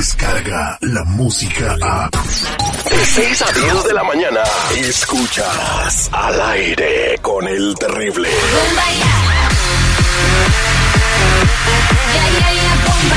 Escucha la música a. De 6 a 10 de la mañana. Escuchas al aire con el terrible. Bomba ya. Ya, ya, ya, bomba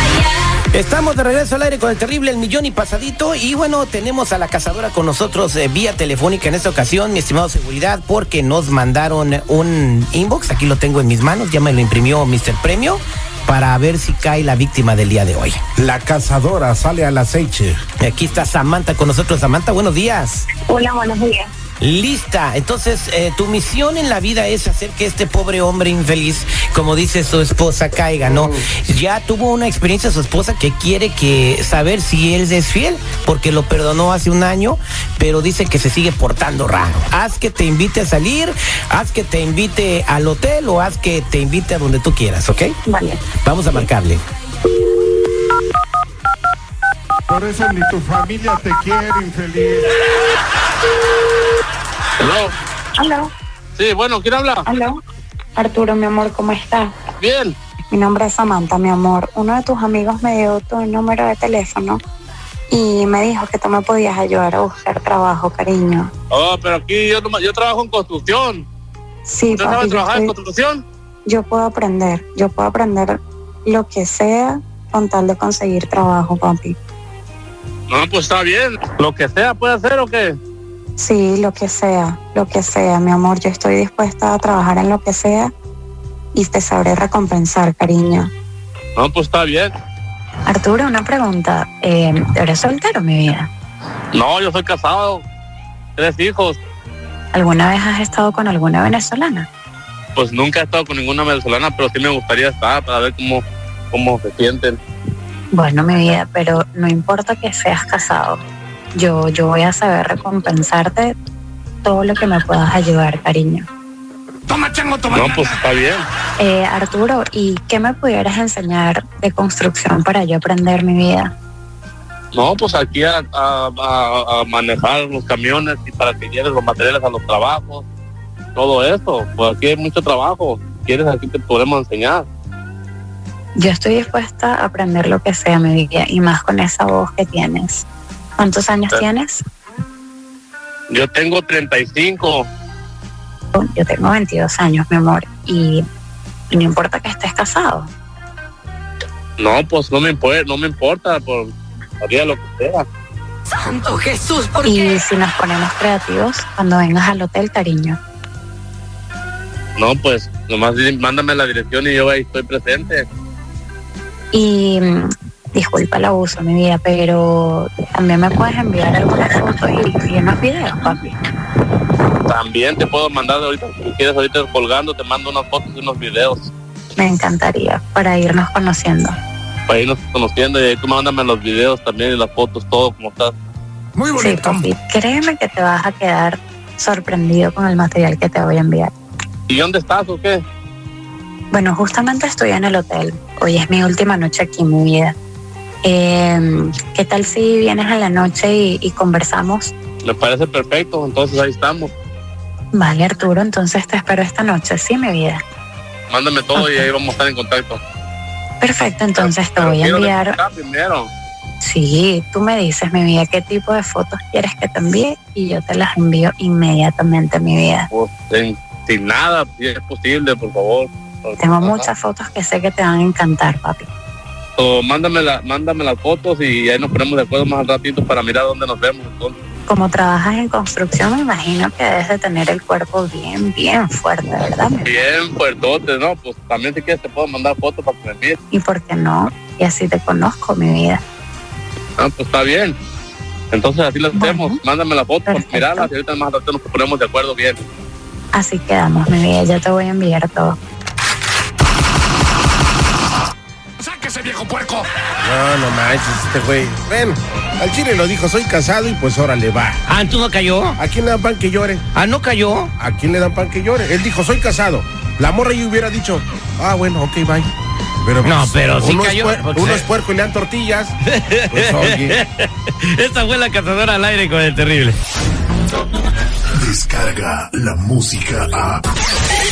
ya. Estamos de regreso al aire con el terrible El Millón y Pasadito y bueno, tenemos a la cazadora con nosotros eh, vía telefónica en esta ocasión, mi estimado seguridad, porque nos mandaron un inbox, aquí lo tengo en mis manos, ya me lo imprimió Mr. Premio, para ver si cae la víctima del día de hoy. La cazadora sale al aceite. Aquí está Samantha con nosotros, Samantha, buenos días. Hola, buenos días. Lista, entonces eh, tu misión en la vida es hacer que este pobre hombre infeliz, como dice su esposa, caiga, ¿no? Ya tuvo una experiencia su esposa que quiere que saber si él es fiel, porque lo perdonó hace un año, pero dice que se sigue portando raro. Haz que te invite a salir, haz que te invite al hotel o haz que te invite a donde tú quieras, ¿ok? Vale. Vamos a marcarle. Por eso ni tu familia te quiere, infeliz. Hello. Aló, Sí, bueno, ¿quién habla? aló. Arturo, mi amor, ¿cómo estás? Bien. Mi nombre es Samantha, mi amor. Uno de tus amigos me dio tu número de teléfono y me dijo que tú me podías ayudar a buscar trabajo, cariño. Oh, pero aquí yo, no- yo trabajo en construcción. Sí, ¿Usted papi, sabe yo, trabajar en estoy- construcción? yo puedo aprender, yo puedo aprender lo que sea con tal de conseguir trabajo, papi. No, pues está bien. Lo que sea puede hacer o qué. Sí, lo que sea, lo que sea, mi amor. Yo estoy dispuesta a trabajar en lo que sea y te sabré recompensar, cariño. No, pues está bien. Arturo, una pregunta. Eh, ¿Eres soltero, mi vida? No, yo soy casado. Tres hijos. ¿Alguna vez has estado con alguna venezolana? Pues nunca he estado con ninguna venezolana, pero sí me gustaría estar para ver cómo, cómo se sienten. Bueno, mi vida, pero no importa que seas casado. Yo, yo voy a saber recompensarte todo lo que me puedas ayudar, cariño. No, pues está bien. Eh, Arturo, ¿y qué me pudieras enseñar de construcción para yo aprender mi vida? No, pues aquí a, a- a- a manejar los camiones y para que lleves los materiales a los trabajos. Todo eso. Pues aquí hay mucho trabajo. ¿Quieres? Aquí te podemos enseñar. Yo estoy dispuesta a aprender lo que sea, mi vida, y más con esa voz que tienes. ¿Cuántos años Claro. tienes? Yo tengo 35. Yo tengo 22 años, mi amor, y no importa que estés casado. No, pues no me importa, no me importa, por haría lo que sea. Santo Jesús, ¿por Y qué? si nos ponemos creativos, cuando vengas al hotel, cariño. No, pues nomás di- mándame la dirección y yo ahí estoy presente. Y mm, disculpa el abuso, mi vida, pero también me puedes enviar algunas fotos y, y unos videos, papi. También te puedo mandar ahorita, si quieres ahorita colgando, te mando unas fotos y unos videos Me encantaría para irnos conociendo. para irnos conociendo y ahí tú mándame los videos también y las fotos, todo como estás. Muy Sí, papi, créeme que te vas a quedar sorprendido con el material que te voy a enviar. ¿Y dónde estás o qué? Bueno, justamente estoy en el hotel. Hoy es mi última noche aquí, mi vida. Eh, ¿Qué tal si vienes a la noche y, y conversamos? Me parece perfecto, entonces ahí estamos. Vale, Arturo, entonces te espero esta noche, sí, mi vida. Mándame todo y ahí vamos a estar en contacto. Perfecto, entonces te Pero voy a quiero enviar. descansar primero. Sí, tú me dices, mi vida, qué tipo de fotos quieres que te envíe y yo te las envío inmediatamente, mi vida. Pues, sin, sin nada, si es posible, por favor. Tengo Ajá. muchas fotos que sé que te van a encantar, papi. O mándame, la, mándame las fotos y ahí nos ponemos de acuerdo más al ratito para mirar dónde nos vemos. entonces. Como trabajas en construcción, me imagino que debes de tener el cuerpo bien, bien fuerte, ¿verdad? mi vida? Bien, fuertote, ¿no? Pues también si quieres te puedo mandar fotos para que me mires. ¿Y por qué no? Y así te conozco, mi vida. Ah, pues está bien. Entonces así lo Bueno. hacemos. Mándame las fotos para Perfecto. mirarlas y ahorita más al ratito nos ponemos de acuerdo bien. Así quedamos, mi vida. Ya te voy a enviar todo. ¡Sáquese, viejo puerco! No, no manches, este güey. Ven, al chile lo dijo, soy casado y pues ahora le va. Ah, ¿tú no cayó? ¿A quién le dan pan que llore? Ah, ¿no cayó? ¿A quién le dan pan que llore? Él dijo, soy casado. La morra yo hubiera dicho, ah, bueno, ok, bye. Pero, pues, No, pero sí uno es cayó, puer- porque- uno es puerco y le dan tortillas. Pues oye. Esta fue la cazadora al aire con el terrible. Descarga la música a.